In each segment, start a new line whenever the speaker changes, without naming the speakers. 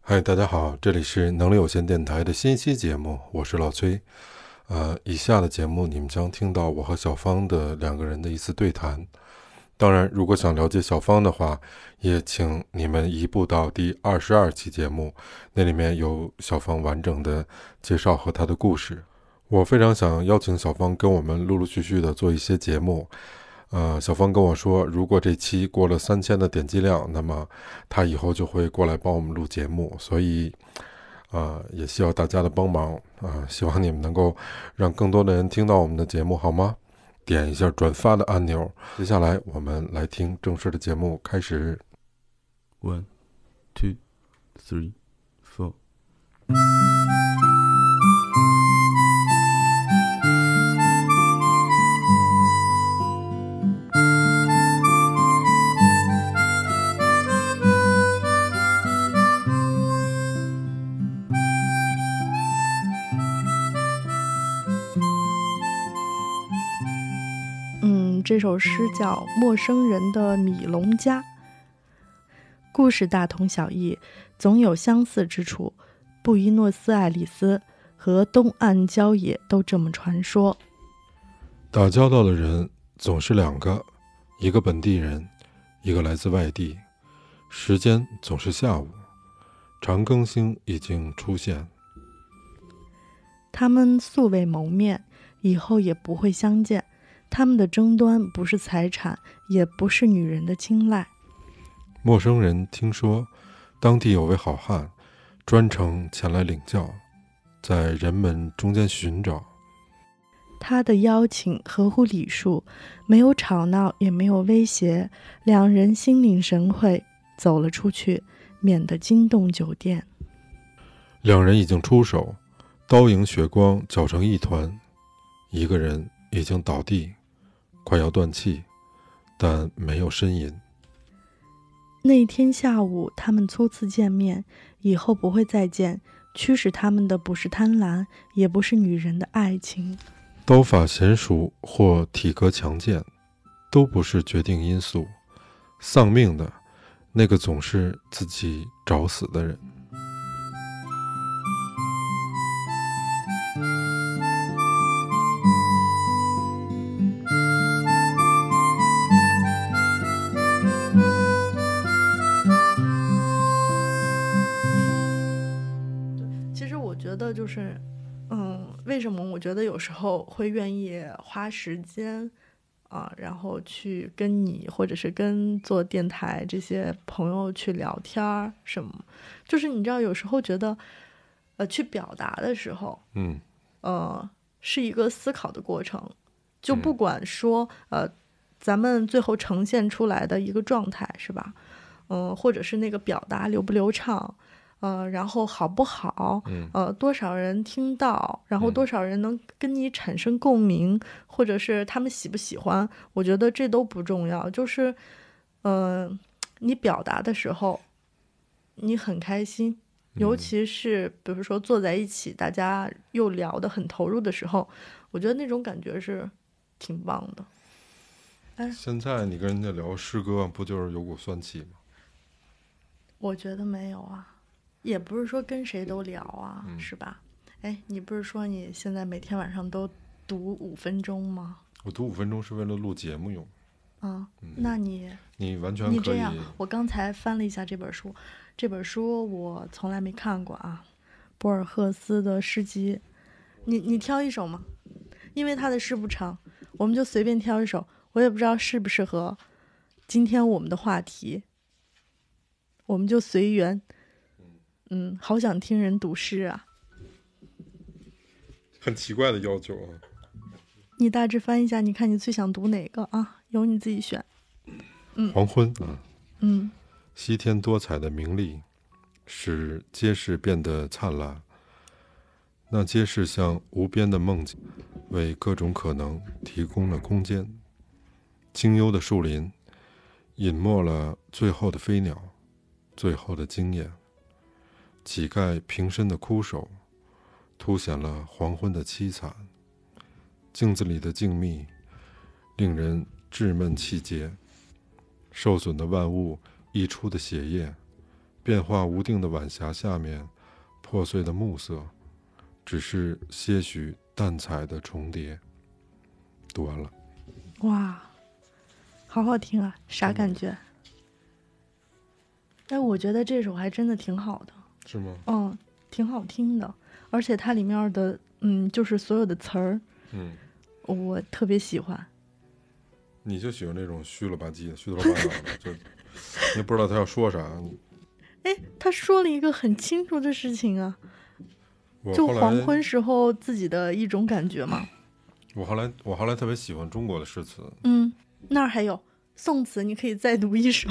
嗨，大家好，这里是能力有限电台的新一期节目，我是老崔。呃，以下的节目你们将听到我和小芳的两个人的一次对谈。当然，如果想了解小芳的话，也请你们移步到第二十二期节目，那里面有小芳完整的介绍和她的故事。我非常想邀请小芳跟我们陆陆续续的做一些节目。呃，小芳跟我说，如果这期过了三千的点击量，那么她以后就会过来帮我们录节目。所以，呃，也需要大家的帮忙啊、呃希望你们能够让更多的人听到我们的节目，好吗？点一下转发的按钮。接下来我们来听正式的节目开始。
One, two, three, four。
嗯，这首诗叫《陌生人的米龙家》。故事大同小异，总有相似之处。布宜诺斯艾利斯和东岸郊野都这么传说。
打交道的人总是两个，一个本地人，一个来自外地。时间总是下午，常更星已经出现。
他们素未谋面，以后也不会相见。他们的争端不是财产，也不是女人的青睐。
陌生人听说当地有位好汉，专程前来领教，在人们中间寻找。
他的邀请合乎礼数，没有吵闹，也没有威胁，两人心领神会，走了出去，免得惊动酒店。
两人已经出手，刀影血光搅成一团，一个人已经倒地，快要断气，但没有呻吟。
那天下午，他们初次见面，以后不会再见。驱使他们的不是贪婪，也不是女人的爱情。
刀法娴熟或体格强健，都不是决定因素。丧命的，那个总是自己找死的人。
其实我觉得就是，嗯，为什么我觉得有时候会愿意花时间啊，然后去跟你或者是跟做电台这些朋友去聊天儿什么，就是你知道有时候觉得，呃，去表达的时候，
嗯，
呃，是一个思考的过程，就
嗯
不管说、呃，咱们最后呈现出来的一个状态是吧？嗯、或者是那个表达流不流畅，呃，然后好不好，
嗯
呃，多少人听到，然后
嗯
多少人能跟你产生共鸣，或者是他们喜不喜欢，我觉得这都不重要，就是，呃，你表达的时候，你很开心，尤
嗯
其是比如说坐在一起，大家又聊得很投入的时候，我觉得那种感觉是挺棒的。
现在你跟人家聊诗歌，不就是有股酸气吗？
我觉得没有啊，也不是说跟谁都聊啊，
嗯
是吧？哎，你不是说你现在每天晚上都读五分钟吗？
我读五分钟是为了录节目用，
啊、
嗯
那你
你完全
你
可
这
以。
样，我刚才翻了一下这本书，这本书我从来没看过啊，博尔赫斯的诗集，你你挑一首嘛，因为他的诗不长，我们就随便挑一首，我也不知道适不适合今天我们的话题，我们就随缘。嗯，好想听人读诗啊！
很奇怪的要求啊。
你大致翻一下，你看你最想读哪个啊？由你自己选。
黄昏，嗯。
嗯，
西天多彩的明丽，使街市变得灿烂。那街市像无边的梦境，为各种可能提供了空间。清幽的树林，隐没了最后的飞鸟，最后的经验。乞丐平身的枯手，凸显了黄昏的凄惨。镜子里的静谧，令人质闷气结。受损的万物溢出的血液，变化无定的晚霞下面，破碎的暮色，只是些许淡彩的重叠。读完了，
哇，好好听啊，啥感觉？哎，我觉得这首还真的挺好的，
是吗？
嗯，挺好听的，而且它里面的嗯，就是所有的词儿，
嗯，
我特别喜欢。
你就喜欢这种虚了吧唧的、虚头巴脑的， 就你也不知道他要说啥。
哎，他说了一个很清楚的事情啊，
我
就
后来
黄，昏时候自己的一种感觉 嘛。
我后来，我后来特别喜欢中国的诗词，
嗯，那儿还有宋词，你可以再读一首。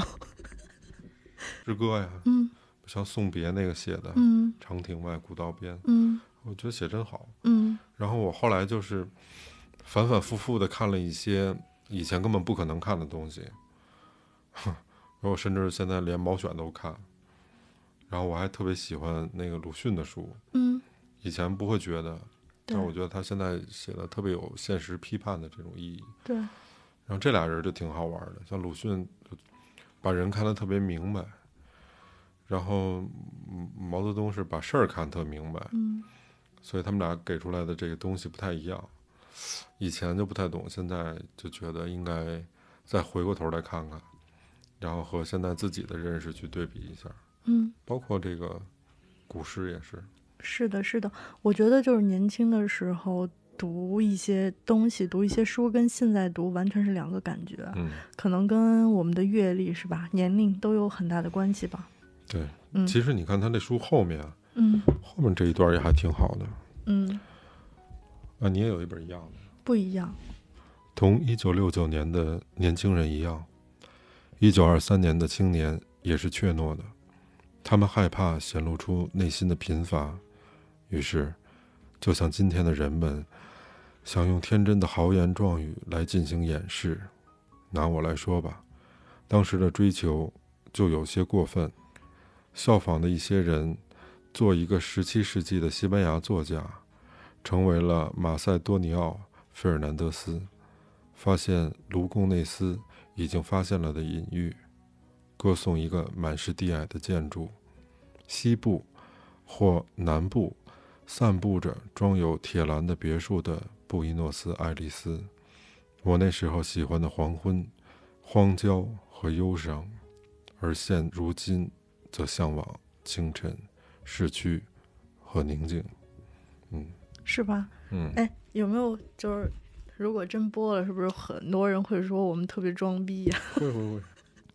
诗歌呀，
嗯
像送别那个写的
嗯
《长亭外，古道边》，
嗯
我觉得写真好。
嗯
然后我后来就是反反复复的看了一些以前根本不可能看的东西，然后甚至现在连毛选都看。然后我还特别喜欢那个鲁迅的书，
嗯，
以前不会觉得，
对
但我觉得他现在写的特别有现实批判的这种意义。
对，
然后这俩人就挺好玩的，像鲁迅就把人看得特别明白，然后嗯毛泽东是把事儿看得特明白，
嗯
所以他们俩给出来的这个东西不太一样。以前就不太懂，现在就觉得应该再回过头来看看，然后和现在自己的认识去对比一下，
嗯，
包括这个古诗也是。
是的，是的，我觉得就是年轻的时候。读一些东西，读一些书，跟现在读完全是两个感觉，
嗯，
可能跟我们的阅历是吧，年龄都有很大的关系吧。
对。
嗯
其实你看他那书后面，
嗯
后面这一段也还挺好的。
嗯，
啊，你也有一本一样的。
不一样。
同一九六九年的年轻人一样，一九二三年的青年也是怯懦的，他们害怕显露出内心的贫乏，于是，就像今天的人们，想用天真的豪言壮语来进行掩饰。拿我来说吧，当时的追求就有些过分，效仿的一些人，做一个十七世纪的西班牙作家，成为了马塞多尼奥·费尔南德斯。发现卢贡内斯已经发现了的隐喻，歌颂一个满是低矮的建筑。西部或南部散布着装有铁栏的别墅的布宜诺斯艾利斯。我那时候喜欢的黄昏、荒郊和忧伤，而现如今则向往清晨、市区和宁静。嗯
是吧？
嗯，
哎，有没有就是，如果真播了，是不是很多人会说我们特别装逼呀、
会会会，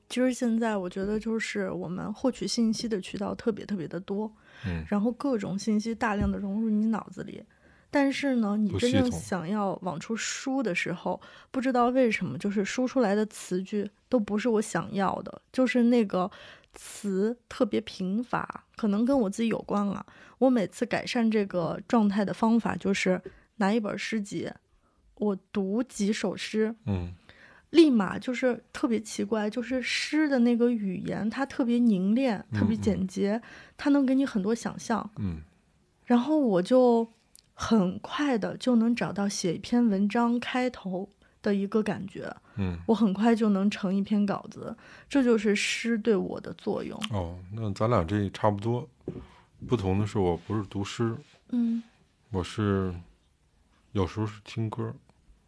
其实现在我觉得就是我们获取信息的渠道特别特别的多，
嗯
然后各种信息大量的融入你脑子里。但是呢，你
不
真
系
正
统
想要往出输的时候，不知道为什么，就是输出来的词句都不是我想要的，就是那个词特别贫乏，可能跟我自己有关啊。我每次改善这个状态的方法就是拿一本诗集，我读几首诗，
嗯
立马就是特别奇怪，就是诗的那个语言，它特别凝练，特别
嗯嗯
简洁，它能给你很多想象。
嗯
然后我就很快的就能找到写一篇文章开头的一个感觉，
嗯。
我很快就能成一篇稿子，这就是诗对我的作用。
哦，那咱俩这差不多，不同的是我不是读诗，
嗯
我是有时候是听歌，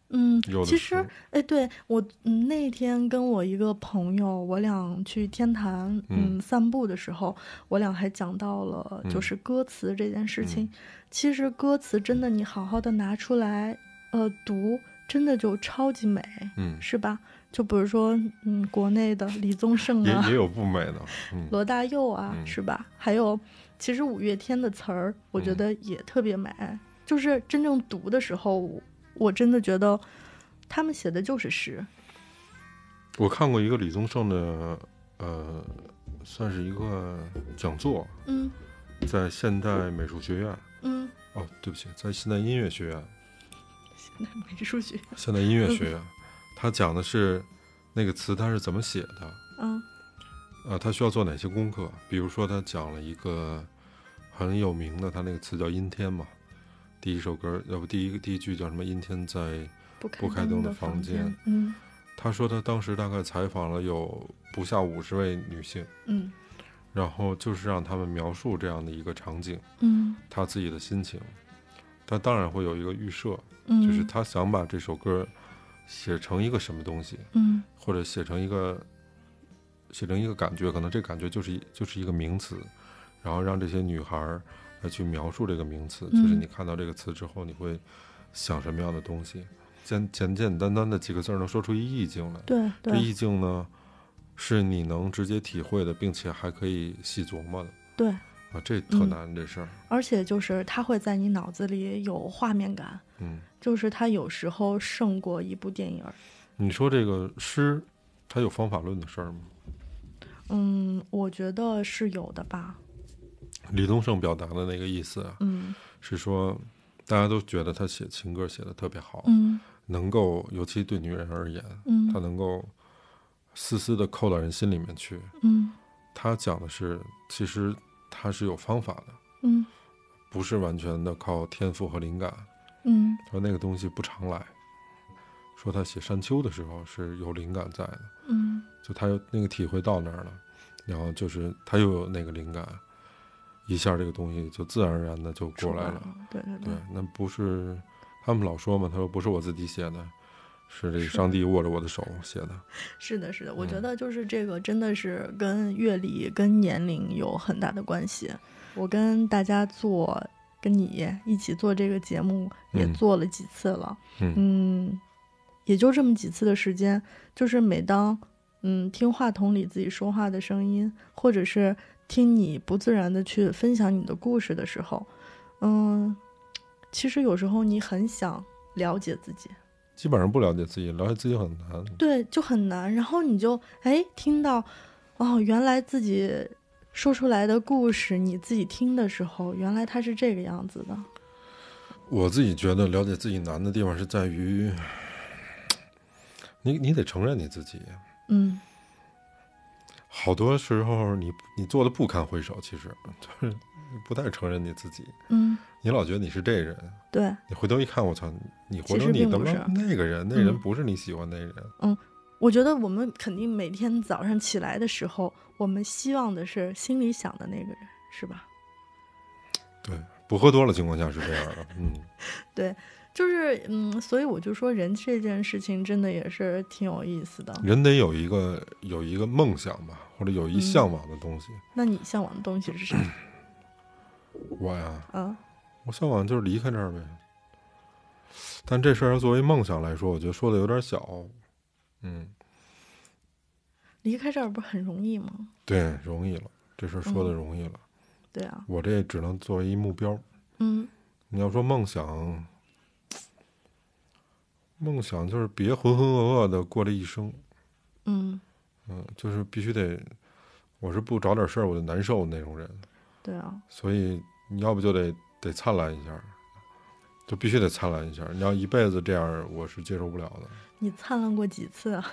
嗯
有，的
其
时候
实哎，对我嗯那天跟我一个朋友，我俩去天坛嗯
嗯
散步的时候，我俩还讲到了就
嗯
是歌词这件事情。
嗯
其实歌词真的，你好好的拿出来呃读，真的就超级美。
嗯，
是吧？就比如说，嗯，国内的李宗盛
也
啊
也，有不美的，嗯
罗大佑啊，
嗯
是吧？还有，其实五月天的词儿，我觉
嗯
得也特别美。就是真正读的时候，我我真的觉得他们写的就是诗。
我看过一个李宗盛的，呃，算是一个讲座，
嗯
在现代美术学院，
嗯，
哦，对不起，在现代音乐学院，
现代美术学，
现代音乐学院，他讲的是那个词它是怎么写的，
嗯
呃，他需要做哪些功课？比如说，他讲了一个很有名的，他那个词叫“阴天”嘛。第一首歌，要不第一个第一句叫什么？“阴天在
不
不开灯
的
的房
间
间。
嗯”。
他说他当时大概采访了有不下五十位女性，
嗯
然后就是让他们描述这样的一个场景，
嗯
他自己的心情。他当然会有一个预设，
嗯，
就是他想把这首歌写成一个什么东西，
嗯
或者写成一个写成一个感觉，可能这感觉就是一就是一个名词，然后让这些女孩儿来去描述这个名词，就是
嗯
你看到这个词之后，你会想什么样的东西？简简简单单的几个字儿能说出一意境来，
对
这
对
意境呢是你能直接体会的，并且还可以细琢磨的
对，
啊，这特
嗯
难这事儿，
而且就是它会在你脑子里有画面感，
嗯。
就是它有时候胜过一部电影儿。
你说这个诗，它有方法论的事儿吗？
嗯，我觉得是有的吧。
李宗盛表达的那个意思啊，
嗯
是说大家都觉得他写情歌写的特别好，
嗯
能够尤其对女人而言，他
嗯
能够丝丝的扣到人心里面去。
嗯
他讲的是，其实他是有方法的，
嗯
不是完全的靠天赋和灵感。
嗯
他说那个东西不常来。说他写山丘的时候是有灵感在的，
嗯
就他有那个体会到那儿了，然后就是他又有那个灵感，一下这个东西就自然而然的就
出
过来了。
了。对对
对，那不是他们老说嘛，他说不是我自己写的，是这个上帝握着我的手写的。
是的，是的，我
嗯
觉得就是这个真的是跟阅历、跟年龄有很大的关系。我跟大家做，跟你一起做这个节目也
嗯
做了几次了，
嗯
嗯也就这么几次的时间，就是每当嗯听话筒里自己说话的声音，或者是听你不自然的去分享你的故事的时候，嗯，其实有时候你很想了解自己。
基本上不了解自己，了解自己很难。
对，就很难。然后你就哎听到，哦，原来自己说出来的故事，你自己听的时候，原来它是这个样子的。
我自己觉得了解自己难的地方是在于，你你得承认你自己，
嗯
好多时候你你做的不堪回首，其实就是你不太承认你自己，
嗯，
你老觉得你是这人，
对，
你回头一看，我操，你回头
其实
你
并
他
不
妈
是
那个人，那人
嗯
不是你喜欢那人。
我觉得我们肯定每天早上起来的时候，我们希望的是心里想的那个人，是吧？
对，不喝多了情况下是这样的，嗯。
就是嗯，所以我就说人这件事情真的也是挺有意思的。
人得有一个有一个梦想吧，或者有一向往的东西。
那你向往的东西是啥？
我呀，
嗯
我向往就是离开这儿呗。但这事儿要作为梦想来说，我觉得说的有点小。嗯，
离开这儿不是很容易吗？
对，容易了，这事儿说的
嗯
容易了。
对啊，
我这只能作为一目标。
嗯
你要说梦想，梦想就是别浑浑噩噩的过这一生。
嗯，
嗯，就是必须得，我是不找点事儿我就难受的那种人。
对啊，
所以你要不就得得灿烂一下，就必须得灿烂一下。你要一辈子这样，我是接受不了的。
你灿烂过几次啊？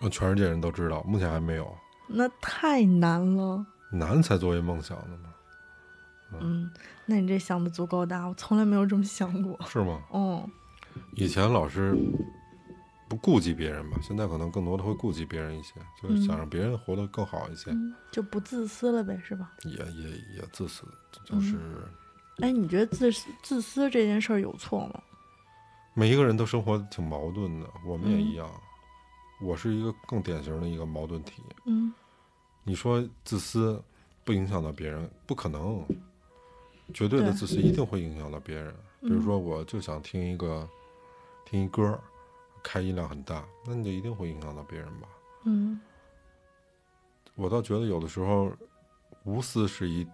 让全世界人都知道，目前还没有。
那太难了。
难才作为梦想的嘛，
嗯，那你这想的足够大，我从来没有这么想过。
是吗？
哦，
以前老是不顾及别人吧，现在可能更多的会顾及别人一些，就是想让别人活得更好一些，
嗯，就不自私了呗，是吧？
也也也自私，就
嗯
是
哎，你觉得自私自私这件事儿有错吗？
每一个人都生活得挺矛盾的，我们也
嗯
一样。我是一个更典型的一个矛盾体，
嗯
你说自私不影响到别人，不可能。绝对的
对
自私一定会影响到别人。比如
嗯
说，我就想听一个、听一歌儿，开音量很大，那你就一定会影响到别人吧？
嗯
我倒觉得有的时候无私是一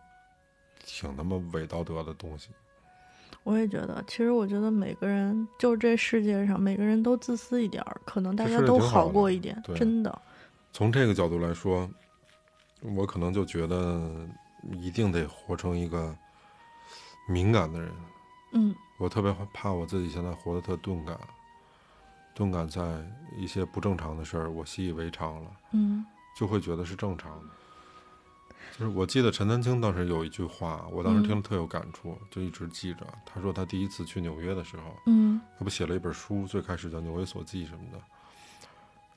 挺他妈伪道德的东西。
我也觉得，其实我觉得每个人，就这世界上每个人都自私一点儿，可能大
这
家
事儿
都
挺好
好
的
过一点，
对
真的。
从这个角度来说，我可能就觉得一定得活成一个敏感的人。
嗯
我特别怕我自己现在活得特钝感，钝感在一些不正常的事儿，我习以为常了，
嗯
就会觉得是正常的。就是我记得陈丹青当时有一句话，我当时听了特有感触，就一直记着。他说他第一次去纽约的时候，
嗯
他不写了一本书，最开始叫《纽约所记》什么的。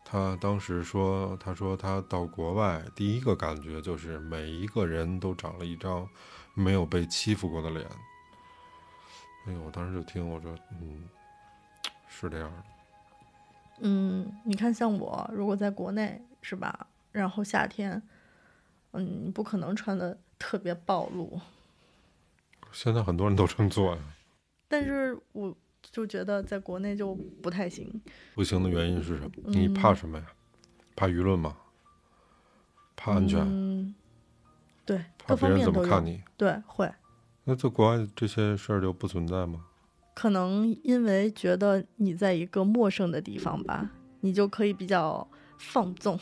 他当时说，他说他到国外第一个感觉就是每一个人都长了一张没有被欺负过的脸。哎呦，我当时就听我说，嗯，是这样的。
嗯，你看，像我如果在国内是吧，然后夏天，嗯，你不可能穿的特别暴露，
现在很多人都这么做呀。嗯
但是我就觉得在国内就不太行。
不行的原因是什么？你怕什么呀？怕舆论吗？怕安全？
嗯，对，
怕别
各方
人
面
怎
都
么看
有。
你？
对，会
那在国外这些事儿就不存在吗？
可能因为觉得你在一个陌生的地方吧，你就可以比较放纵，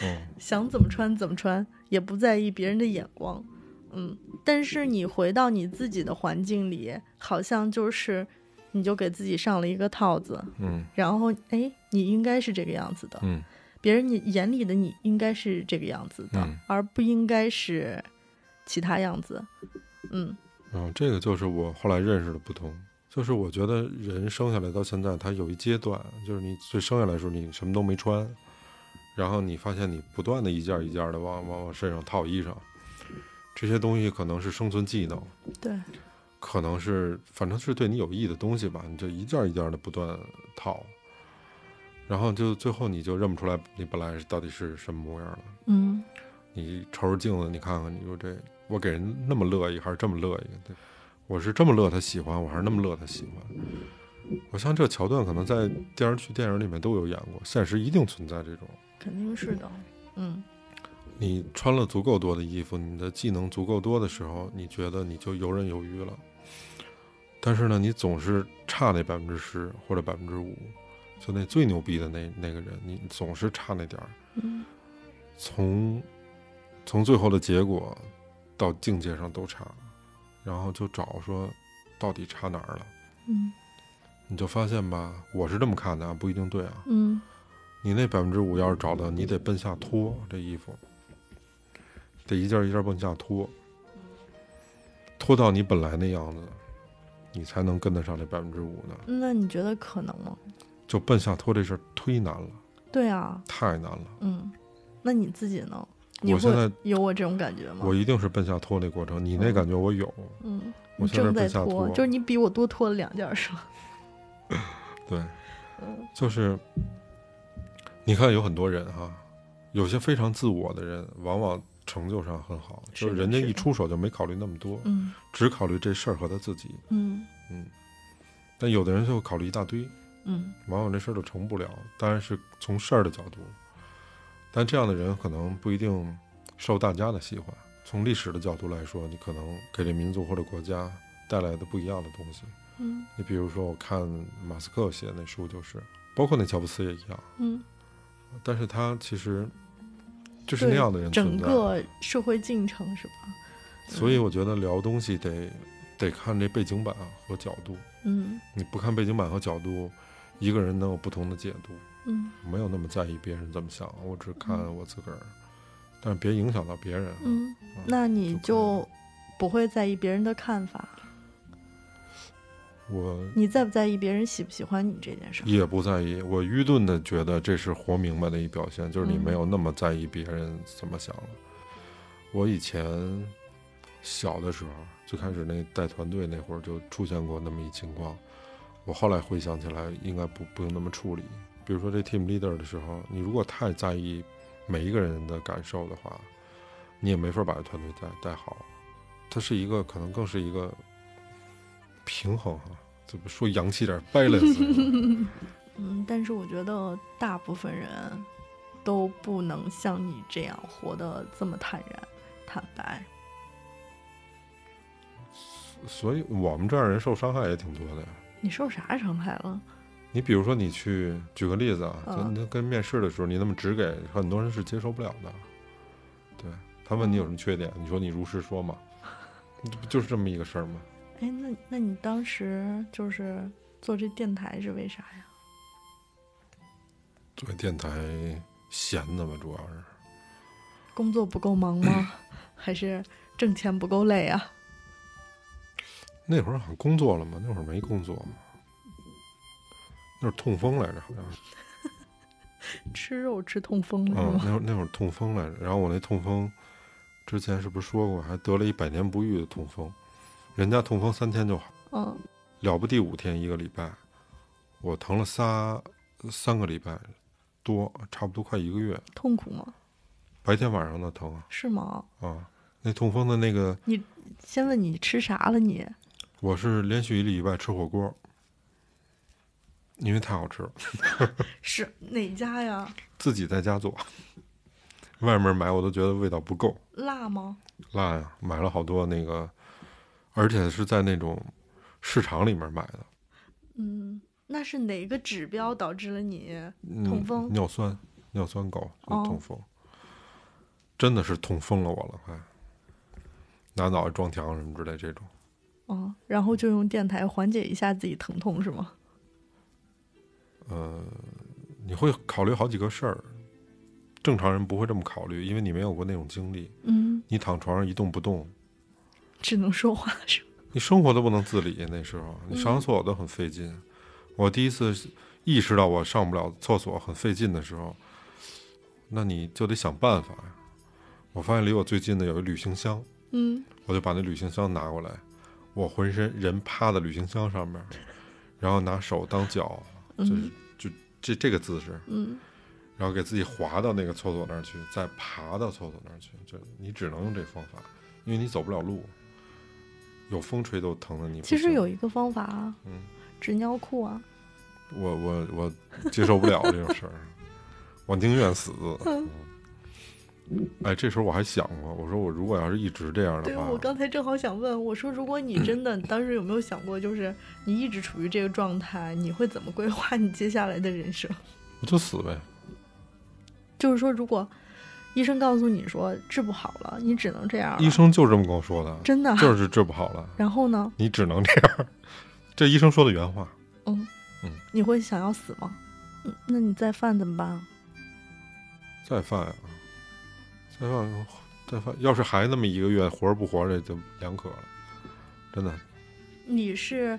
嗯，
想怎么穿怎么穿，也不在意别人的眼光。嗯，但是你回到你自己的环境里，好像就是你就给自己上了一个套子，
嗯
然后哎，你应该是这个样子的，
嗯
别人你眼里的你应该是这个样子的，
嗯
而不应该是其他样子。嗯，
然后这个就是我后来认识的不同，就是我觉得人生下来到现在，他有一阶段，就是你最生下来的时候你什么都没穿，然后你发现你不断的一件一件的往往往身上套衣裳，这些东西可能是生存技能，
对，
可能是反正是对你有益的东西吧，你就一件一件的不断套，然后就最后你就认不出来你本来是到底是什么模样了。
嗯，
你瞅瞅镜子，你看看，你说这我给人那么乐意，还是这么乐意？对我是这么乐他喜欢，我还是那么乐他喜欢。我像这桥段，可能在电视剧、电影里面都有演过，现实一定存在这种。
肯定是的。嗯，
你穿了足够多的衣服，你的技能足够多的时候，你觉得你就游刃有余了。但是呢，你总是差那百分之十或者百分之五，就那最牛逼的那那个人，你总是差那点儿。
嗯，
从从最后的结果到境界上都差，然后就找说到底差哪儿了。
嗯，
你就发现吧，我是这么看的啊，不一定对啊。
嗯，
你那百分之五要是找到，你得奔下脱这衣服，得一件一件奔下脱，脱到你本来那样子，你才能跟得上这百分之五呢。
嗯那你觉得可能吗？
就奔下脱这事儿忒难了，
对啊，
太难了。
嗯，那你自己呢？你
我现
会
在
有我这种感觉吗？
我一定是奔下脱那过程，你那感觉我有，
嗯，
我
你
现在
正在
不下
脱，
脱
就是你比我多脱了两件儿是吧？
对，
嗯
就是你看有很多人哈、有些非常自我的人，往往成就上很好，
是
就
的
是人家
是的
一出手就没考虑那么多，
嗯
只考虑这事儿和他自己。
嗯
但有的人就考虑一大堆，
嗯
往往这事儿就成不了。当然是从事儿的角度，但这样的人可能不一定受大家的喜欢。从历史的角度来说，你可能给这民族或者国家带来的不一样的东西。
嗯
你比如说，我看马斯克写的那书，就是包括那乔布斯也一样，
嗯，
但是他其实就是那
对
样的人
整
存在。
个嗯社会进程是吧？
所以我觉得聊东西得得看这背景板和角度，
嗯
你不看背景板和角度，一个人能有不同的解读。
嗯
没有那么在意别人怎么想，我只看我自个儿，但是别影响到别人。，啊
嗯，那你
就可以
就不会在意别人的看法，
我
你在不在意别人喜不喜欢你这件事儿？
也不在意，我愚钝的觉得这是活明白的一表现，就是你
嗯
没有那么在意别人怎么想了。我以前小的时候，最开始那带团队那会儿就出现过那么一情况，我后来回想起来，应该不不用那么处理。比如说这 team leader 的时候，你如果太在意每一个人的感受的话，你也没法把这团队带带好。它是一个可能更是一个平衡哈、怎么说洋气点儿 balance 是吧。
嗯，但是我觉得大部分人都不能像你这样活得这么坦然、坦白。
所以我们这样人受伤害也挺多的呀。
你受啥伤害了？
你比如说，你去举个例子啊，就
嗯
你跟面试的时候，你那么只给很多人是接受不了的。对他问你有什么缺点，你说你如实说嘛， 你这不就是这么一个事儿吗？
哎，那那你当时就是做这电台是为啥呀？
作为电台闲的嘛，主要是
工作不够忙 吗？还是挣钱不够累啊？
那会儿好像工作了嘛，那会儿没工作嘛，那是痛风来着，好像是。
吃肉吃痛风了是
嗯，
吗？
那会儿那会儿痛风来着，然后我那痛风之前是不是说过，还得了一百年不愈的痛风，人家痛风三天就好，
嗯，
了不第五天一个礼拜，我疼了仨三个礼拜多，差不多快一个月，
痛苦吗？
白天晚上的疼啊
是吗？
啊！那痛风的那个，
先问你吃啥了你？
我是连续一个礼拜吃火锅，因为太好吃了，
是哪家呀？
自己在家做， 外面买我都觉得味道不够。
辣吗？
辣呀，买了好多那个，而且是在那种市场里面买的。
嗯，那是哪个指标导致了你？
嗯
痛风
尿酸，尿酸高就
哦
痛风，真的是痛疯了我了，快拿脑袋撞墙什么之类这种。
嗯，然后就用电台缓解一下自己疼痛是吗？
呃，你会考虑好几个事儿，正常人不会这么考虑，因为你没有过那种经历。
嗯，
你躺床上一动不动，
只能说话是吧？
你生活都不能自理，那时候你
嗯
上个厕所都很费劲。我第一次意识到我上不了厕所很费劲的时候，那你就得想办法呀。我发现离我最近的有一旅行箱，
嗯，
我就把那旅行箱拿过来，我浑身人趴在旅行箱上面，然后拿手当脚， 就是就这这个姿势，
嗯，
然后给自己滑到那个厕所那儿去，再爬到厕所那儿去，就你只能用这方法，因为你走不了路，有风吹都疼的你不
其
行。
实有一个方法啊，
嗯
纸尿裤啊，
我我我接受不了这种事儿，我宁愿死。嗯哎，这时候我还想过，我说我如果要是一直这样
对，
的话
我，刚才正好想问，我说如果你真 的当时有没有想过，就是你一直处于这个状态，你会怎么规划你接下来的人生？
我就死呗。
就是说，如果医生告诉你说治不好了，你只能这样了，
医生就这么跟我说的，
真的，
就是治不好了，
然后呢，
你只能这样。这医生说的原话，
你会想要死吗？嗯，那你再犯怎么办啊？
再犯啊，再犯，再犯，要是还那么一个月活着不活着就两可了，真的。
你是，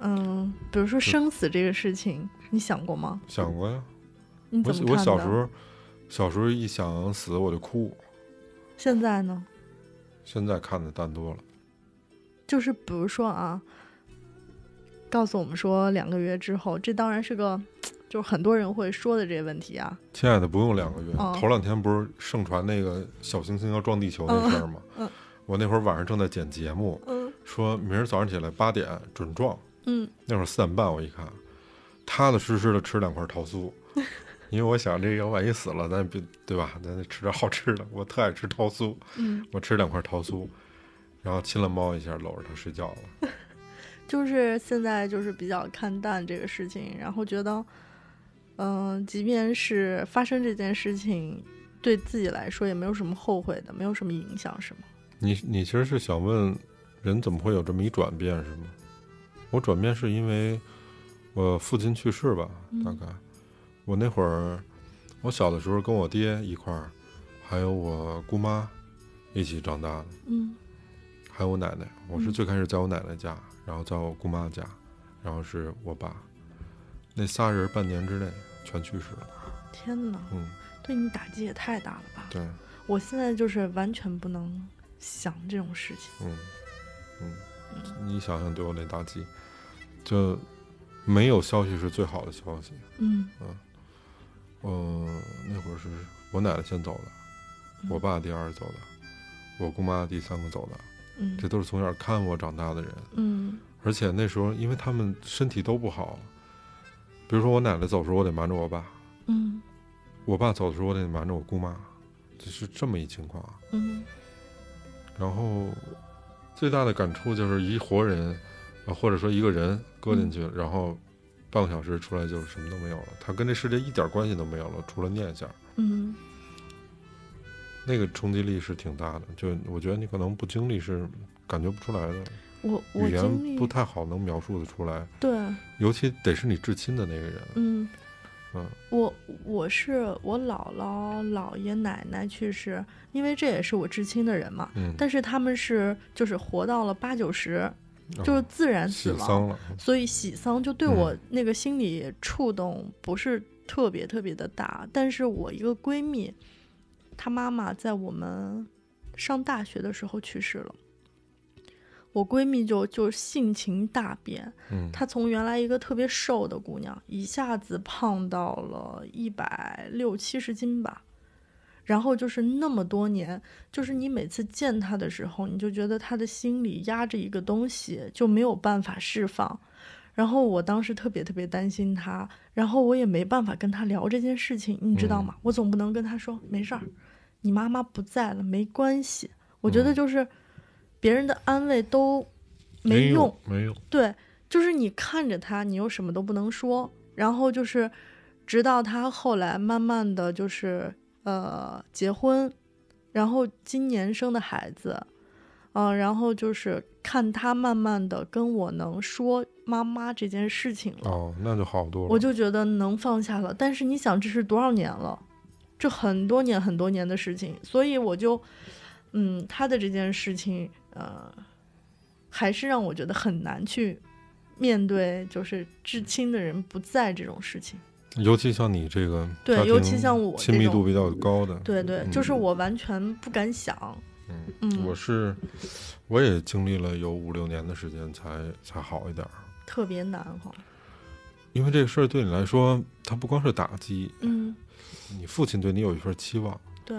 嗯，比如说生死这个事情，你想过吗？
想过呀，
你
我
怎么看的？
我小时，候，小时候一想死我就哭，
现在呢？
现在看的淡多了。
就是比如说啊，告诉我们说两个月之后，这当然是个，就是很多人会说的这个问题啊。
亲爱的，不用两个月，
哦
头两天不是盛传那个小行星要撞地球那事儿吗？
嗯嗯
我那会儿晚上正在剪节目，
嗯
说明儿早上起来八点准撞。
嗯，
那会儿四点半，我一看，踏踏实实的吃两块桃酥，因为我想这个万一死了，咱也别对吧？咱得吃点好吃的。我特爱吃桃酥，
嗯，
我吃两块桃酥，然后亲了猫一下，搂着它睡觉了。
就是现在就是比较看淡这个事情，然后觉得，嗯、即便是发生这件事情，对自己来说也没有什么后悔的，没有什么影响，是吗？
你你其实是想问，人怎么会有这么一转变是吗？我转变是因为我父亲去世吧，
嗯
大概、我那会儿，我小的时候跟我爹一块儿，还有我姑妈一起长大的，
嗯
还有我奶奶。我是
嗯
最开始在我奶奶家，然后在我姑妈家，然后是我爸，那仨人半年之内全去世了。
天哪，
嗯，
对你打击也太大了吧！
对，
我现在就是完全不能想这种事情。
嗯，嗯，你想想对我那打击，就没有消息是最好的消息。
嗯
嗯、那会儿是我奶奶先走的，我爸第二走的，我姑妈第三个走的，
嗯
这都是从小看我长大的人。
嗯
而且那时候，因为他们身体都不好，比如说我奶奶走的时候，我得瞒着我爸；
嗯
我爸走的时候，我得瞒着我姑妈，就是这么一情况。啊
嗯
然后最大的感触就是一活人，啊，或者说一个人搁进去，
嗯
然后半个小时出来就什么都没有了，他跟这世界一点关系都没有了，除了念想，
嗯
那个冲击力是挺大的。就我觉得你可能不经历是感觉不出来的，
我我
语
经
言不
历
太好能描述的出来，
对，
尤其得是你至亲的那个人，
嗯
嗯
我我是我姥姥姥爷奶奶去世，因为这也是我至亲的人嘛。
嗯，
但是他们是就是活到了八九十，就是
啊
自然
喜
死亡，
丧了，
所以喜丧就对
嗯
我那个心理触动不是特别特别的大。但是我一个闺蜜，她妈妈在我们上大学的时候去世了。我闺蜜就就性情大变，
嗯
她从原来一个特别瘦的姑娘，一下子胖到了一百六七十斤吧。然后就是那么多年，就是你每次见她的时候，你就觉得她的心里压着一个东西，就没有办法释放。然后我当时特别特别担心她，然后我也没办法跟她聊这件事情，你知道吗？我总不能跟她说没事儿，你妈妈不在了，没关系。我觉得就是别人的安慰都没用，，
没用，
对，就是你看着他，你又什么都不能说，然后就是直到他后来慢慢的就是呃结婚，然后今年生的孩子，嗯、然后就是看他慢慢的跟我能说妈妈这件事情了，
哦，那就好多了。
我就觉得能放下了。但是你想，这是多少年了？这很多年很多年的事情，所以我就，嗯，他的这件事情，呃，还是让我觉得很难去面对，就是至亲的人不在这种事情。
尤其像你这个
对
家庭
尤其像我
亲
这
密
种
度比较高的，
对对，
嗯
就是我完全不敢想。
嗯
嗯，
我是我也经历了有五六年的时间才才好一点儿，
特别难哈。
因为这个事儿对你来说，它不光是打击，
嗯，
你父亲对你有一份期望，
对，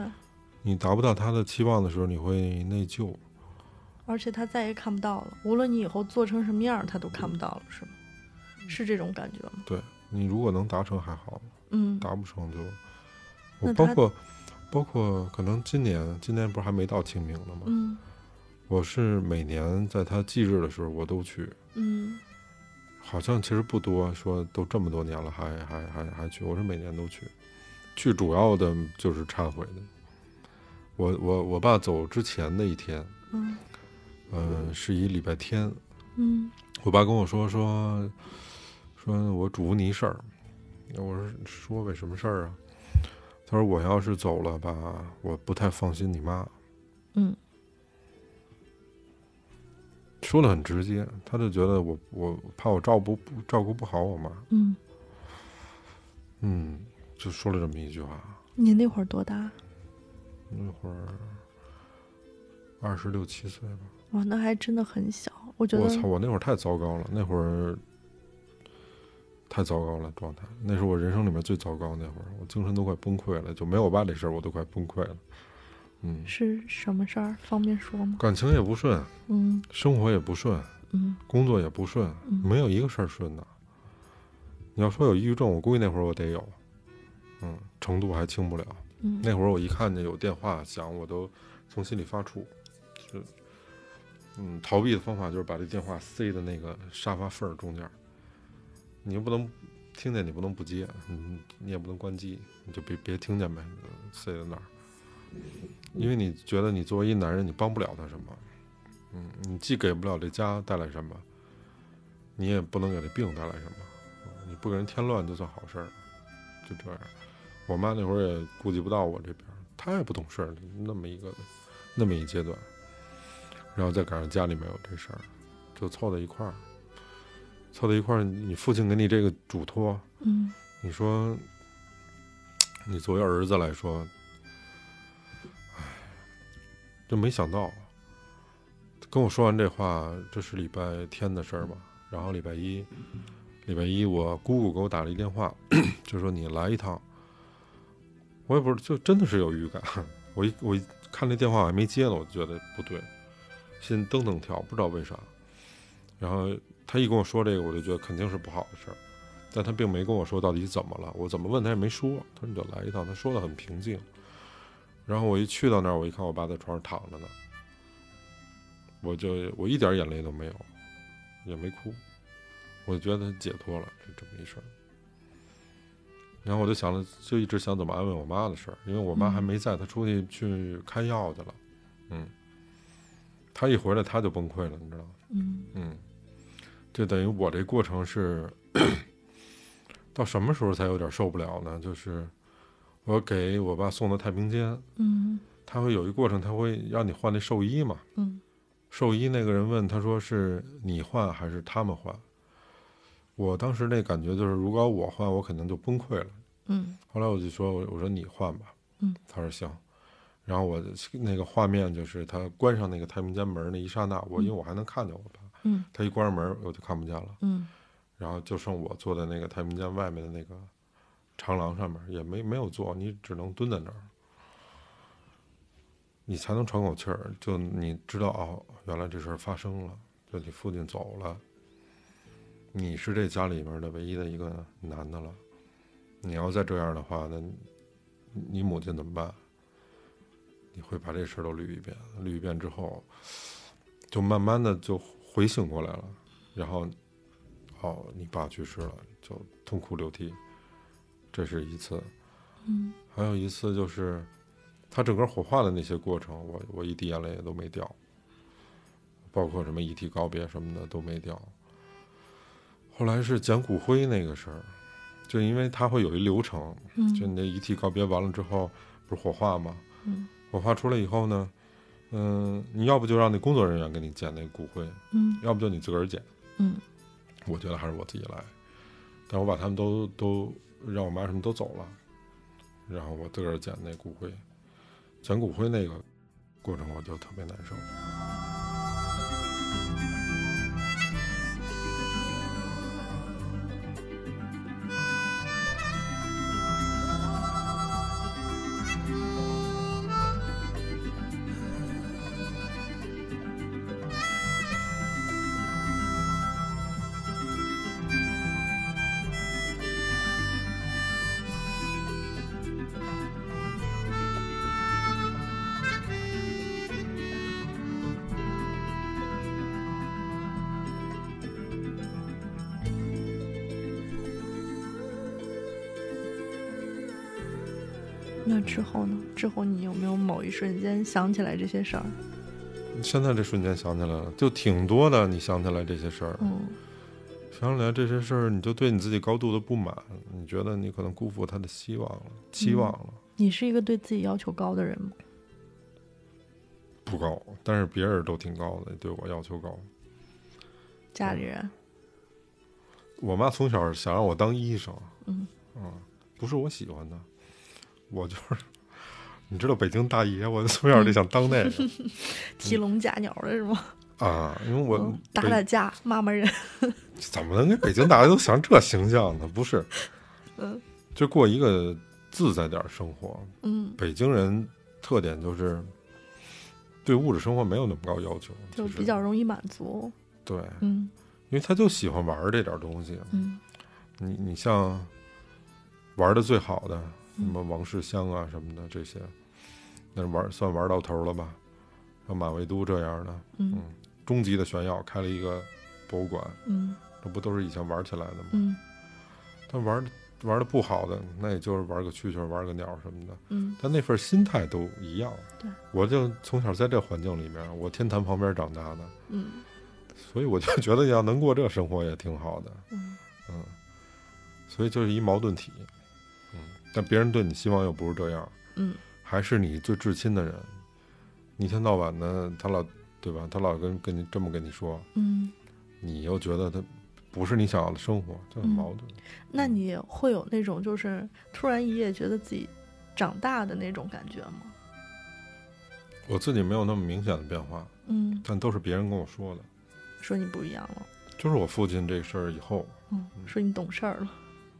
你达不到他的期望的时候，你会内疚。
而且他再也看不到了，无论你以后做成什么样儿，他都看不到了，是吗？
嗯
是这种感觉吗？
你如果能达成还好，
嗯，
达不成就
那
我
他
包括包括可能今年今年不是还没到清明呢吗？
嗯
我是每年在他忌日的时候我都去，
嗯
好像其实不多，说都这么多年了还还还还去，我是每年都去，去主要的就是忏悔的。我我我爸走之前的一天，
嗯
嗯、是一礼拜天，
嗯
我爸跟我说说说我嘱咐你一事儿，我说说呗，什么事儿啊？他说我要是走了吧，我不太放心你妈。
嗯，
说的很直接，他就觉得我我怕我照顾不照顾不好我妈。
嗯，
嗯，就说了这么一句话。
你那会儿多大？啊
那会儿二十六七岁吧，
哇，那还真的很小。我觉
我
得，
操，我那会儿太糟糕了，那会儿太糟糕了状态，那是我人生里面最糟糕那会儿，我精神都快崩溃了，就没有我爸这事儿我都快崩溃了，嗯，
是什么事儿？方便说吗？
感情也不顺，
嗯
生活也不顺，
嗯
工作也不顺，
嗯
没有一个事儿顺的。你要说有抑郁症，我估计那会儿我得有，嗯，程度还轻不了。
嗯，
那会儿我一看见有电话响，我都从心里发怵。是，嗯，逃避的方法就是把这电话塞到那个沙发缝儿中间儿，你又不能听见，你不能不接，你你也不能关机，你就别别听见呗，嗯塞在那儿。因为你觉得你作为一男人，你帮不了他什么，嗯，你既给不了这家带来什么，你也不能给这病带来什么，嗯你不给人添乱就算好事儿，就这样。我妈那会儿也顾及不到我这边儿，她也不懂事儿，那么一个那么一阶段，然后再赶上家里面有这事儿，就凑在一块儿，凑在一块儿，你父亲给你这个嘱托，
嗯
你说，你作为儿子来说，唉，就没想到，跟我说完这话，这是礼拜天的事儿吧？然后礼拜一，礼拜一我姑姑给我打了一电话， 就说你来一趟。我也不是，就真的是有预感。我一我一看这电话我还没接呢，我就觉得不对，心噔噔跳，不知道为啥。然后他一跟我说这个，我就觉得肯定是不好的事儿。但他并没跟我说到底怎么了，我怎么问他也没说。他说你就来一趟，他说的很平静。然后我一去到那儿，我一看我爸在床上躺着呢，我就我一点眼泪都没有，也没哭，我觉得解脱了，就这么一事儿。然后我就想着，就一直想怎么安慰我妈的事儿，因为我妈还没在，她出去去开药去了。嗯，她一回来她就崩溃了，你知道吗？
嗯
嗯，就等于我这过程是到什么时候才有点受不了呢？就是我给我爸送到太平间，
嗯
他会有一过程，他会让你换那寿衣嘛。
嗯
兽医那个人问他说：“是你换还是他们换？”我当时那感觉就是，如果我换，我肯定就崩溃了，
嗯
后来我就说，我我说你换吧，
嗯，
他说行，然后我那个画面就是他关上那个太平间门那一刹那，我因为我还能看见我爸，
嗯
他一关上门我就看不见了，
嗯
然后就剩我坐在那个太平间外面的那个长廊上面，也没没有坐，你只能蹲在那儿，你才能喘口气儿，就你知道哦，原来这事儿发生了，就你父亲走了，你是这家里面的唯一的一个男的了，你要再这样的话，那你你母亲怎么办？你会把这事儿都捋一遍，捋一遍之后，就慢慢的就回醒过来了，然后哦，你爸去世了，就痛哭流涕，这是一次。
嗯
还有一次就是，他整个火化的那些过程，我我一滴眼泪也都没掉，包括什么遗体告别什么的都没掉。后来是捡骨灰那个事儿，就因为他会有一流程，就
嗯
你的遗体告别完了之后，不是火化吗？
嗯
火化出来以后呢，嗯、你要不就让那工作人员给你捡那骨灰，
嗯
要不就你自个儿捡。
嗯
我觉得还是我自己来，但我把他们都都让我妈什么都走了，然后我自个儿捡那骨灰，捡骨灰那个过程我就特别难受。
那之后呢？之后你有没有某一瞬间想起来这些事儿？
现在这瞬间想起来了，就挺多的。你想起来这些事儿，
嗯
想起来这些事儿，你就对你自己高度的不满，你觉得你可能辜负他的希望了，期望了、
你是一个对自己要求高的人吗？
不高，但是别人都挺高的，对我要求高。
家里人，
我妈从小想让我当医生，
嗯
啊，不是我喜欢的，我就是，你知道北京大爷，我从小就想当那
嗯
个、
提笼架鸟的是吗？
啊，因为我、
嗯打
北
打架，骂骂人。
怎么能给北京大爷都想这形象呢？不是，
嗯，
就过一个自在点儿生活。
嗯，
北京人特点就是对物质生活没有那么高要求，
就是比较容易满足。
对，
嗯
因为他就喜欢玩儿这点儿东西，
嗯
你你像玩的最好的什
嗯
么王世襄啊什么的这些，那玩算玩到头了吧？像马未都这样的
嗯
终极的炫耀，开了一个博物馆，
嗯
这不都是以前玩起来的吗？
嗯
但玩玩的不好的，那也就是玩个蛐蛐，玩个鸟什么的，
嗯
但那份心态都一样。
对，
我就从小在这环境里面，我天坛旁边长大的，
嗯
所以我就觉得要能过这生活也挺好的。
嗯
嗯，所以就是一矛盾体。嗯，但别人对你希望又不是这样，
嗯，
还是你最至亲的人，你一天到晚的他老对吧？他老跟跟你这么跟你说，
嗯。
你又觉得他不是你想要的生活，这很
嗯
矛盾。
那你会有那种就是突然一夜觉得自己长大的那种感觉吗？
我自己没有那么明显的变化，
嗯，
但都是别人跟我说的。
说你不一样了，
就是我父亲这事儿以后，
嗯，说你懂事儿了，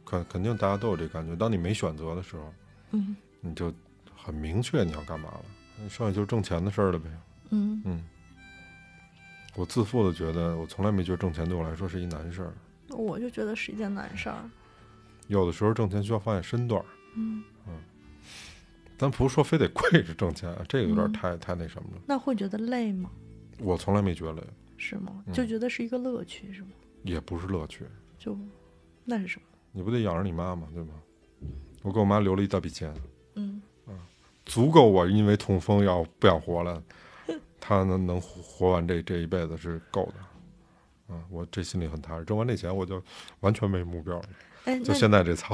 肯肯定大家都有这感觉。当你没选择的时候，
嗯
你就很明确你要干嘛了，剩下就是挣钱的事儿了呗。
嗯
嗯，我自负的觉得，我从来没觉得挣钱对我来说是一难事儿。
我就觉得是一件难事儿。
有的时候挣钱需要放下身段儿，
嗯，
咱不是说非得跪着挣钱啊，这个有点
嗯
太、太那什么了。
那会觉得累吗？
我从来没觉得，
是吗？
嗯
就觉得是一个乐趣是吗？
也不是乐趣。
就那是什么？
你不得养着你妈吗？对吗？我给我妈留了一大笔钱，
嗯
足够我因为痛风要不想活了，她能能活活完这这一辈子是够的。啊，我这心里很踏实。挣完这钱，我就完全没目标了，
哎，
就
那
现在这操。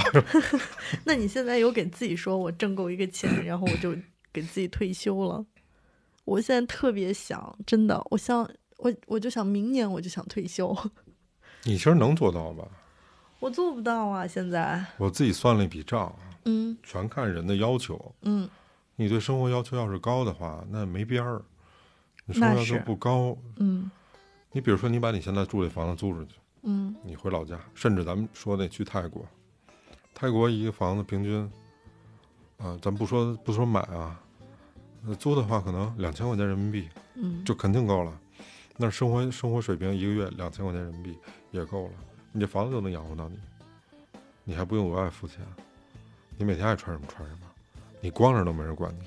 那你现在有给自己说我挣够一个钱，然后我就给自己退休了？我现在特别想，真的，我想我我就想明年我就想退休，
你其实能做到吧？
我做不到啊！现在，
我自己算了一笔账，
嗯
全看人的要求。
嗯，
你对生活要求要是高的话，那没边儿。你生
那
活要求
是
不高，
嗯
你比如说你把你现在住这房子租出去，
嗯
你回老家，甚至咱们说那去泰国，泰国一个房子平均，啊、咱不说不说买啊，呃租的话可能两千块钱人民币
嗯，
就肯定够了。那生活生活水平一个月两千块钱人民币也够了，你这房子就能养活到你，你还不用额外付钱，你每天爱穿什么穿什么，你光着都没人管你，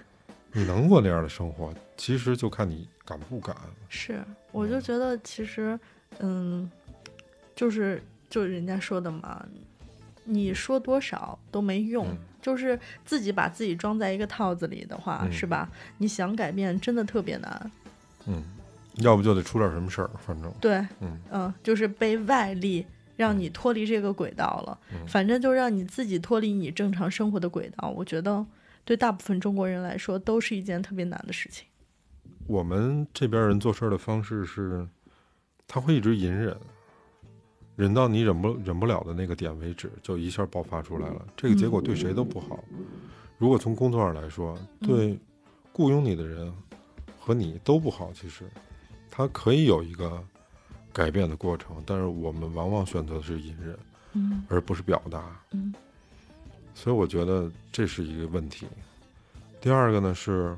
你能过那样的生活，其实就看你敢不敢。
是，我就觉得其实，嗯，就是就是人家说的嘛，你说多少都没用，
嗯
就是自己把自己装在一个套子里的话，
嗯
是吧？你想改变真的特别难，
嗯，要不就得出点什么事儿，反正
对，
嗯
嗯，就是被外力让你脱离这个轨道了，
嗯
反正就让你自己脱离你正常生活的轨道。我觉得对大部分中国人来说，都是一件特别难的事情。
我们这边人做事儿的方式是，他会一直隐忍，忍到你忍不忍不了的那个点为止，就一下爆发出来了。这个结果对谁都不好。如果从工作上来说，
嗯
对雇佣你的人和你都不好。其实，他可以有一个改变的过程，但是我们往往选择的是隐忍，
嗯
而不是表达。
嗯
所以我觉得这是一个问题。第二个呢是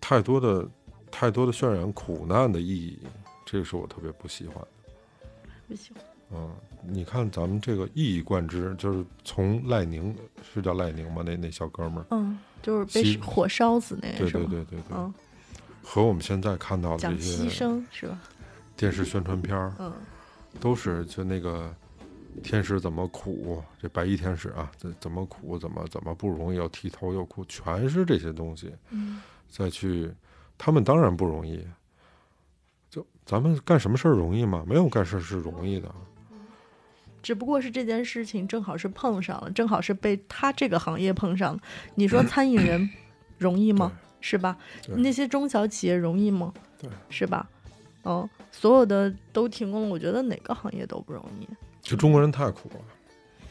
太多的太多的渲染苦难的意义，这个是我特别不喜欢的。
不行，
嗯，你看咱们这个一以贯之，就是从赖宁是叫赖宁吗？那那小哥们儿，
嗯，就是被
牺
火烧死那个
对
哎是
对
吗？
对对对，
嗯，
和我们现在看到的
讲
这些
牺牲是吧？
电视宣传片儿，
嗯
都是就那个天使怎么苦，这白衣天使啊，怎怎么苦，怎么怎么不容易，又剃头又哭，全是这些东西。
嗯
再去，他们当然不容易。就咱们干什么事儿容易吗？没有干事儿是容易的。
嗯只不过是这件事情正好是碰上了，正好是被他这个行业碰上了。你说餐饮 人容易吗？是吧？
对
那些中小企业容易吗？
对，
是吧？哦，所有的都停工了，我觉得哪个行业都不容易。
就中国人太苦了。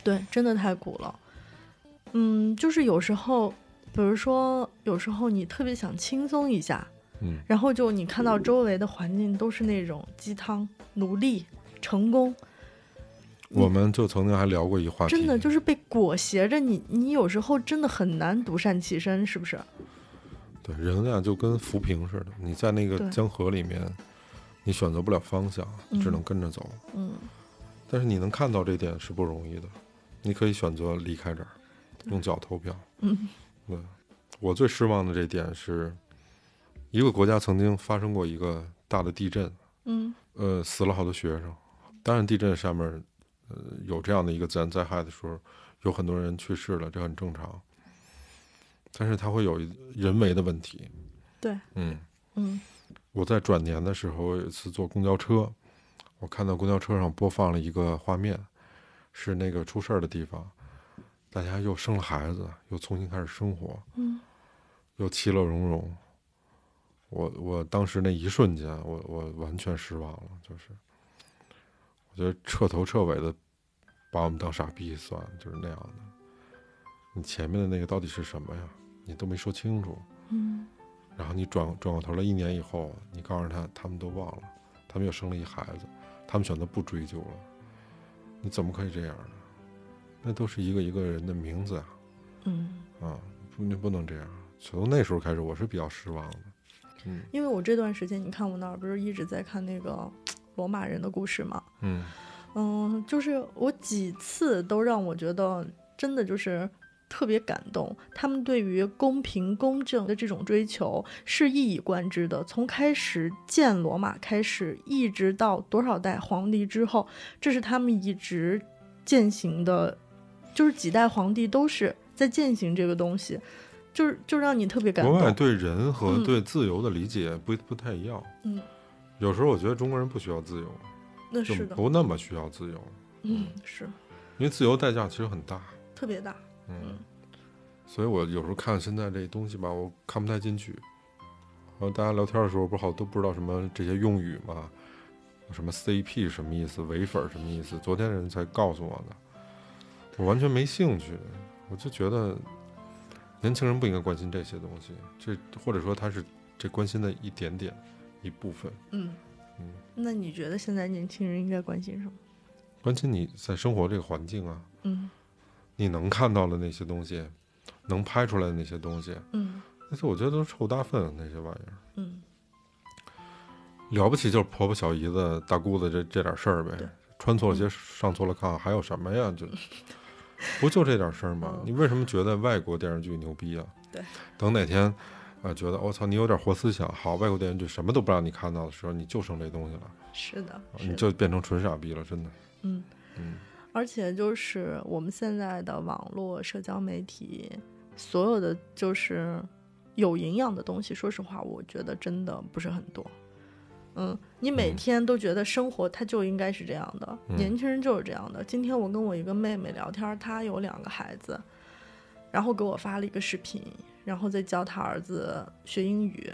对，真的太苦了。嗯，就是有时候，比如说，有时候你特别想轻松一下，
嗯，
然后就你看到周围的环境都是那种鸡汤、努力、成功，
我们就曾经还聊过一话题，
真的就是被裹挟着你，你有时候真的很难独善其身，是不是？
对人啊，就跟浮萍似的，你在那
对
个江河里面，你选择不了方向，
嗯
只能跟着走。
嗯，
但是你能看到这点是不容易的，你可以选择离开这儿，
对
用脚投票。
嗯，
对，我最失望的这点是，一个国家曾经发生过一个大的地震，
嗯
呃，死了好多学生。当然，地震上面，呃，有这样的一个自然灾害的时候，有很多人去世了，这很正常。但是它会有一人为的问题。
对，
嗯，
嗯
我在转年的时候我有一次坐公交车，我看到公交车上播放了一个画面，是那个出事儿的地方，大家又生了孩子，又重新开始生活，
嗯
又其乐融融。我我当时那一瞬间，我我完全失望了，就是我觉得彻头彻尾的把我们当傻逼算了，就是那样的。你前面的那个到底是什么呀？你都没说清楚。
嗯
然后你转转过头来，一年以后，你告诉他，他们都忘了，他们又生了一孩子，他们选择不追究了，你怎么可以这样呢？那都是一个一个人的名字啊，
嗯，
啊，不，你不能这样。从那时候开始，我是比较失望的。嗯
因为我这段时间，你看我那儿不是一直在看那个《罗马人的故事》吗？
嗯
嗯，就是我几次都让我觉得真的就是特别感动，他们对于公平公正的这种追求是一以贯之的，从开始建罗马开始，一直到多少代皇帝之后，这是他们一直践行的，就是几代皇帝都是在践行这个东西，就是就让你特别感
国外
动。
对人和
嗯
对自由的理解不不太一样。
嗯，
有时候我觉得中国人不需要自由，
那
就是
的，
不那么需要自由，
嗯，是
因为自由代价其实很大。
特别大。
嗯，所以我有时候看现在这东西吧，我看不太进去。然后大家聊天的时候，不是好都不知道什么这些用语嘛，什么 CP 什么意思，唯粉什么意思？昨天人才告诉我的，我完全没兴趣。我就觉得年轻人不应该关心这些东西，这或者说他是这关心的一点点一部分，
嗯
嗯，
那你觉得现在年轻人应该关心什么？
关心你在生活这个环境啊，
嗯
你能看到的那些东西，能拍出来的那些东西，
嗯
那些我觉得都是臭大粪那些玩意儿。
嗯，
了不起就是婆婆、小姨子、大姑子这这点事儿呗
对，
穿错了鞋、上错了炕，还有什么呀？ 就不就这点事儿吗
嗯？
你为什么觉得外国电视剧牛逼啊？
对，
等哪天啊、觉得我操、你有点活思想，好，外国电视剧什么都不让你看到的时候，你就剩这东西了，
是的，是
哦你
的
就变成纯傻逼了，真的。
嗯
嗯，
而且就是我们现在的网络社交媒体，所有的就是有营养的东西，说实话，我觉得真的不是很多。嗯，你每
嗯
天都觉得生活它就应该是这样的，
嗯
年轻人就是这样的。今天我跟我一个妹妹聊天，她有两个孩子，然后给我发了一个视频，然后再教她儿子学英语，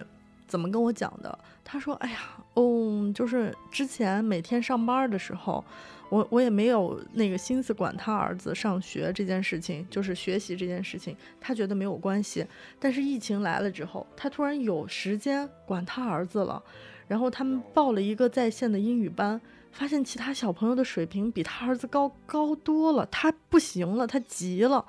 怎么跟我讲的？她说：“哎呀，哦，就是之前每天上班的时候，我我也没有那个心思管他儿子上学这件事情，就是学习这件事情，他觉得没有关系。但是疫情来了之后，他突然有时间管他儿子了，然后他们报了一个在线的英语班，发现其他小朋友的水平比他儿子高高多了，他不行了，他急了。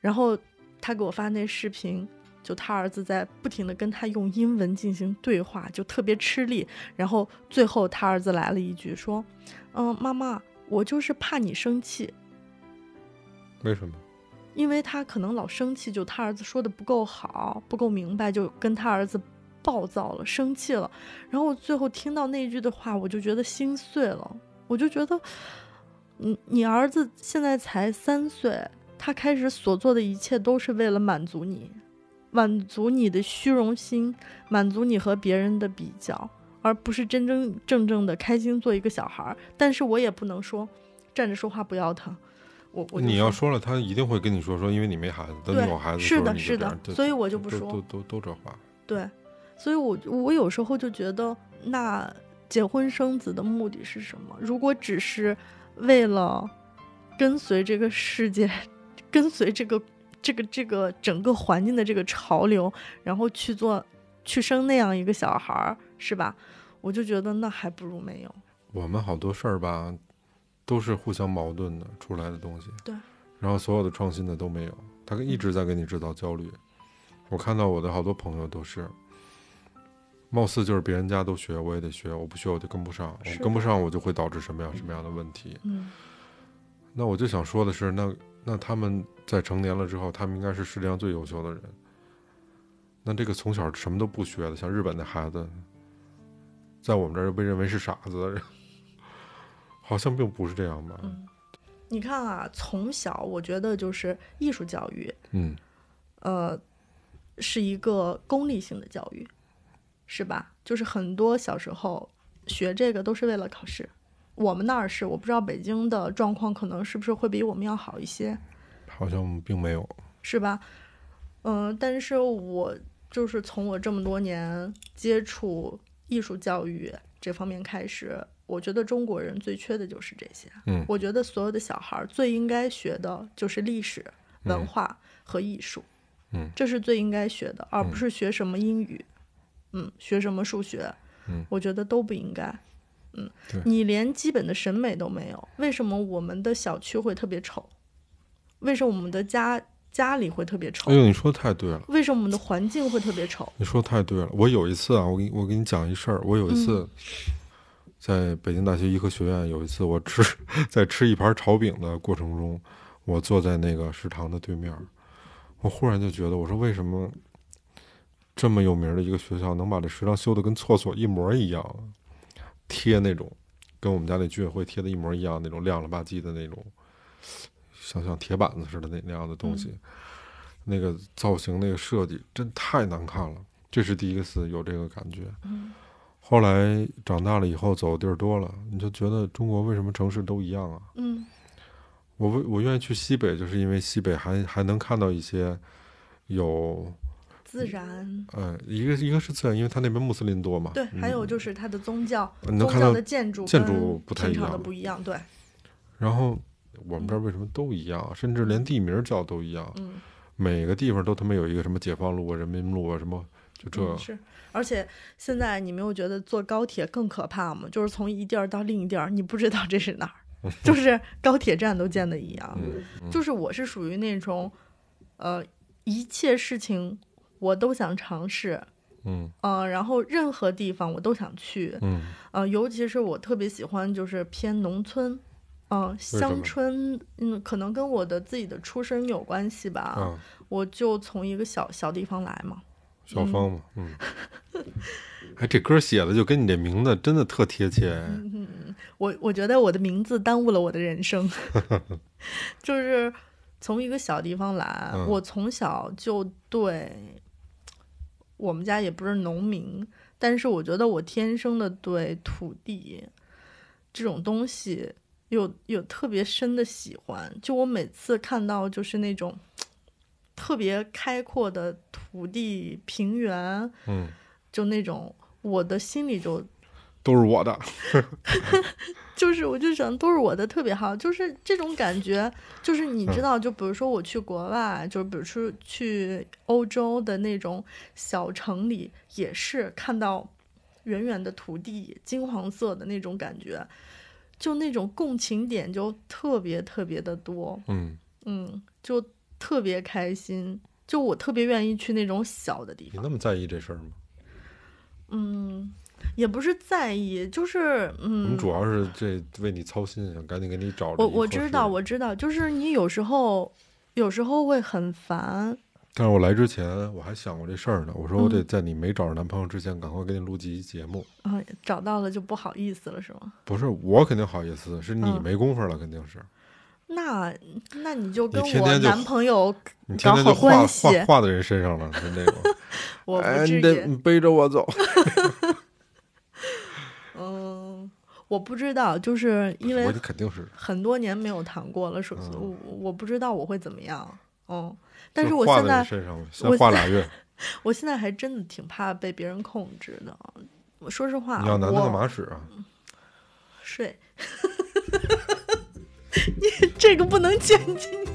然后他给我发那视频，就他儿子在不停的跟他用英文进行对话，就特别吃力。然后最后他儿子来了一句说：“嗯，妈妈，我就是怕你生气，
为什么？
因为他可能老生气，就他儿子说的不够好，不够明白，就跟他儿子暴躁了，生气了。然后我最后听到那一句的话，我就觉得心碎了，我就觉得，你你儿子现在才三岁，他开始所做的一切都是为了满足你，满足你的虚荣心，满足你和别人的比较，而不是真真正正的开心做一个小孩儿。但是我也不能说站着说话不腰疼，我我就
你要说了，他一定会跟你说说，因为你没孩子，等
对
你有孩子
是
时候
的，
你就是这
的
样，就
所以我就不
都都
说。
都都这话。
对，所以我我有时候就觉得，那结婚生子的目的是什么？如果只是为了跟随这个世界，跟随这个这个这个整个环境的这个潮流，然后去做去生那样一个小孩儿，是吧？我就觉得那还不如没有。
我们好多事儿吧，都是互相矛盾的出来的东西。
对。
然后所有的创新的都没有，他一直在给你制造焦虑。我看到我的好多朋友都是，貌似就是别人家都学，我也得学，我不学我就跟不上，
是
我跟不上我就会导致什么样什么样的问题。
嗯，
那我就想说的是，那那他们在成年了之后，他们应该是世界上最优秀的人。那这个从小什么都不学的，像日本那孩子，在我们这儿又被认为是傻子 的人，好像并不是这样吧？
嗯你看啊，从小我觉得就是艺术教育，
嗯
呃，是一个功利性的教育，是吧？就是很多小时候学这个都是为了考试。我们那儿是我不知道北京的状况，可能是不是会比我们要好一些，
好像并没有。
是吧？嗯、但是我就是从我这么多年接触艺术教育这方面开始，我觉得中国人最缺的就是这些。
嗯
我觉得所有的小孩儿最应该学的就是历史、文化和艺术，
嗯
这是最应该学的，而不是学什么英语，嗯，学什么数学，
嗯，
我觉得都不应该。嗯
对，
你连基本的审美都没有，为什么我们的小区会特别丑？为什么我们的家家里会特别丑
哎？呦，你说太对了，
为什么我们的环境会特别丑？
你说太对了。我有一次啊，我给你我给你讲一事儿。我有一次在北京大学医科学院，有一次我吃 在吃一盘炒饼的过程中，我坐在那个食堂的对面儿，我忽然就觉得，我说为什么这么有名的一个学校能把这食堂修的跟厕所一模一样啊，贴那种跟我们家那居委会贴的一模一样那种亮了吧唧的那种，像像铁板子似的那那样的东西。那个造型、那个设计真太难看了，这是第一次有这个感觉。
嗯
后来长大了以后，走的地儿多了，你就觉得中国为什么城市都一样啊？
嗯
我为我愿意去西北，就是因为西北还还能看到一些有
自然
呃，一个一个是自然，因为它那边穆斯林多嘛，
对，
嗯
还有就是它的宗教，
你能
宗
看
教
到
的建筑
建筑
跟
不太
平
一
常
样
的不一样，对，
然后我们这儿为什么都一样，啊甚至连地名儿叫都一样，啊
嗯，
每个地方都他妈有一个什么解放路啊、人民路啊什么，就这。
嗯是，而且现在你没有觉得坐高铁更可怕吗？就是从一地儿到另一地儿，你不知道这是 哪儿，就是高铁站都建的一样。
嗯嗯
就是我是属于那种，呃，一切事情我都想尝试，
嗯
呃，然后任何地方我都想去，
嗯
呃，尤其是我特别喜欢就是偏农村，嗯、
什
乡
么
村，嗯，可能跟我的自己的出身有关系吧。
啊，
我就从一个小小地方来嘛，
小芳嘛，嗯。 哎，这歌写的就跟你这名字真的特贴切，
嗯我我觉得我的名字耽误了我的人生，就是从一个小地方来，
嗯
我从小就对，我们家也不是农民，但是我觉得我天生的对土地这种东西有有特别深的喜欢，就我每次看到就是那种特别开阔的土地平原，
嗯，
就那种我的心里就
都是我的，
就是我就想都是我的特别好，就是这种感觉，就是你知道，就比如说我去国外，就是比如说去欧洲的那种小城里，也是看到远远的土地金黄色的那种感觉，就那种共情点就特别特别的多，
嗯，
嗯，就特别开心，就我特别愿意去那种小的地
你
方。
那么在意这事儿吗？
嗯，也不是在意，就是
我
嗯
们，主要是这为你操心，想赶紧给你找着
我
一
我
合
知
适
道，
的
我知道，就是你有时候有时候会很烦，
但是我来之前我还想过这事儿呢，我说我得
嗯
在你没找着男朋友之前，赶快给你录几期节目。
啊、找到了就不好意思了，是吗？
不是我肯定好意思，是你
嗯
没工夫了，肯定是
那那你就
你
跟
天
我
天就
男朋友，
你天天就
搞好
画
关系
画画在人身上了，是那种。
我不
哎，
至
你
于，
得背着我走。
嗯，我不知道，就是因
我
为
肯定是，
很多年没有谈过了，说、
嗯
我我不知道我会怎么样，嗯，但是
就
我
画
现
在
在
人身上了，先
我
画俩月。
我现在还真的挺怕被别人控制的，我说实话，
你要男的
我
干嘛使啊？
睡。你这个不能剪进去。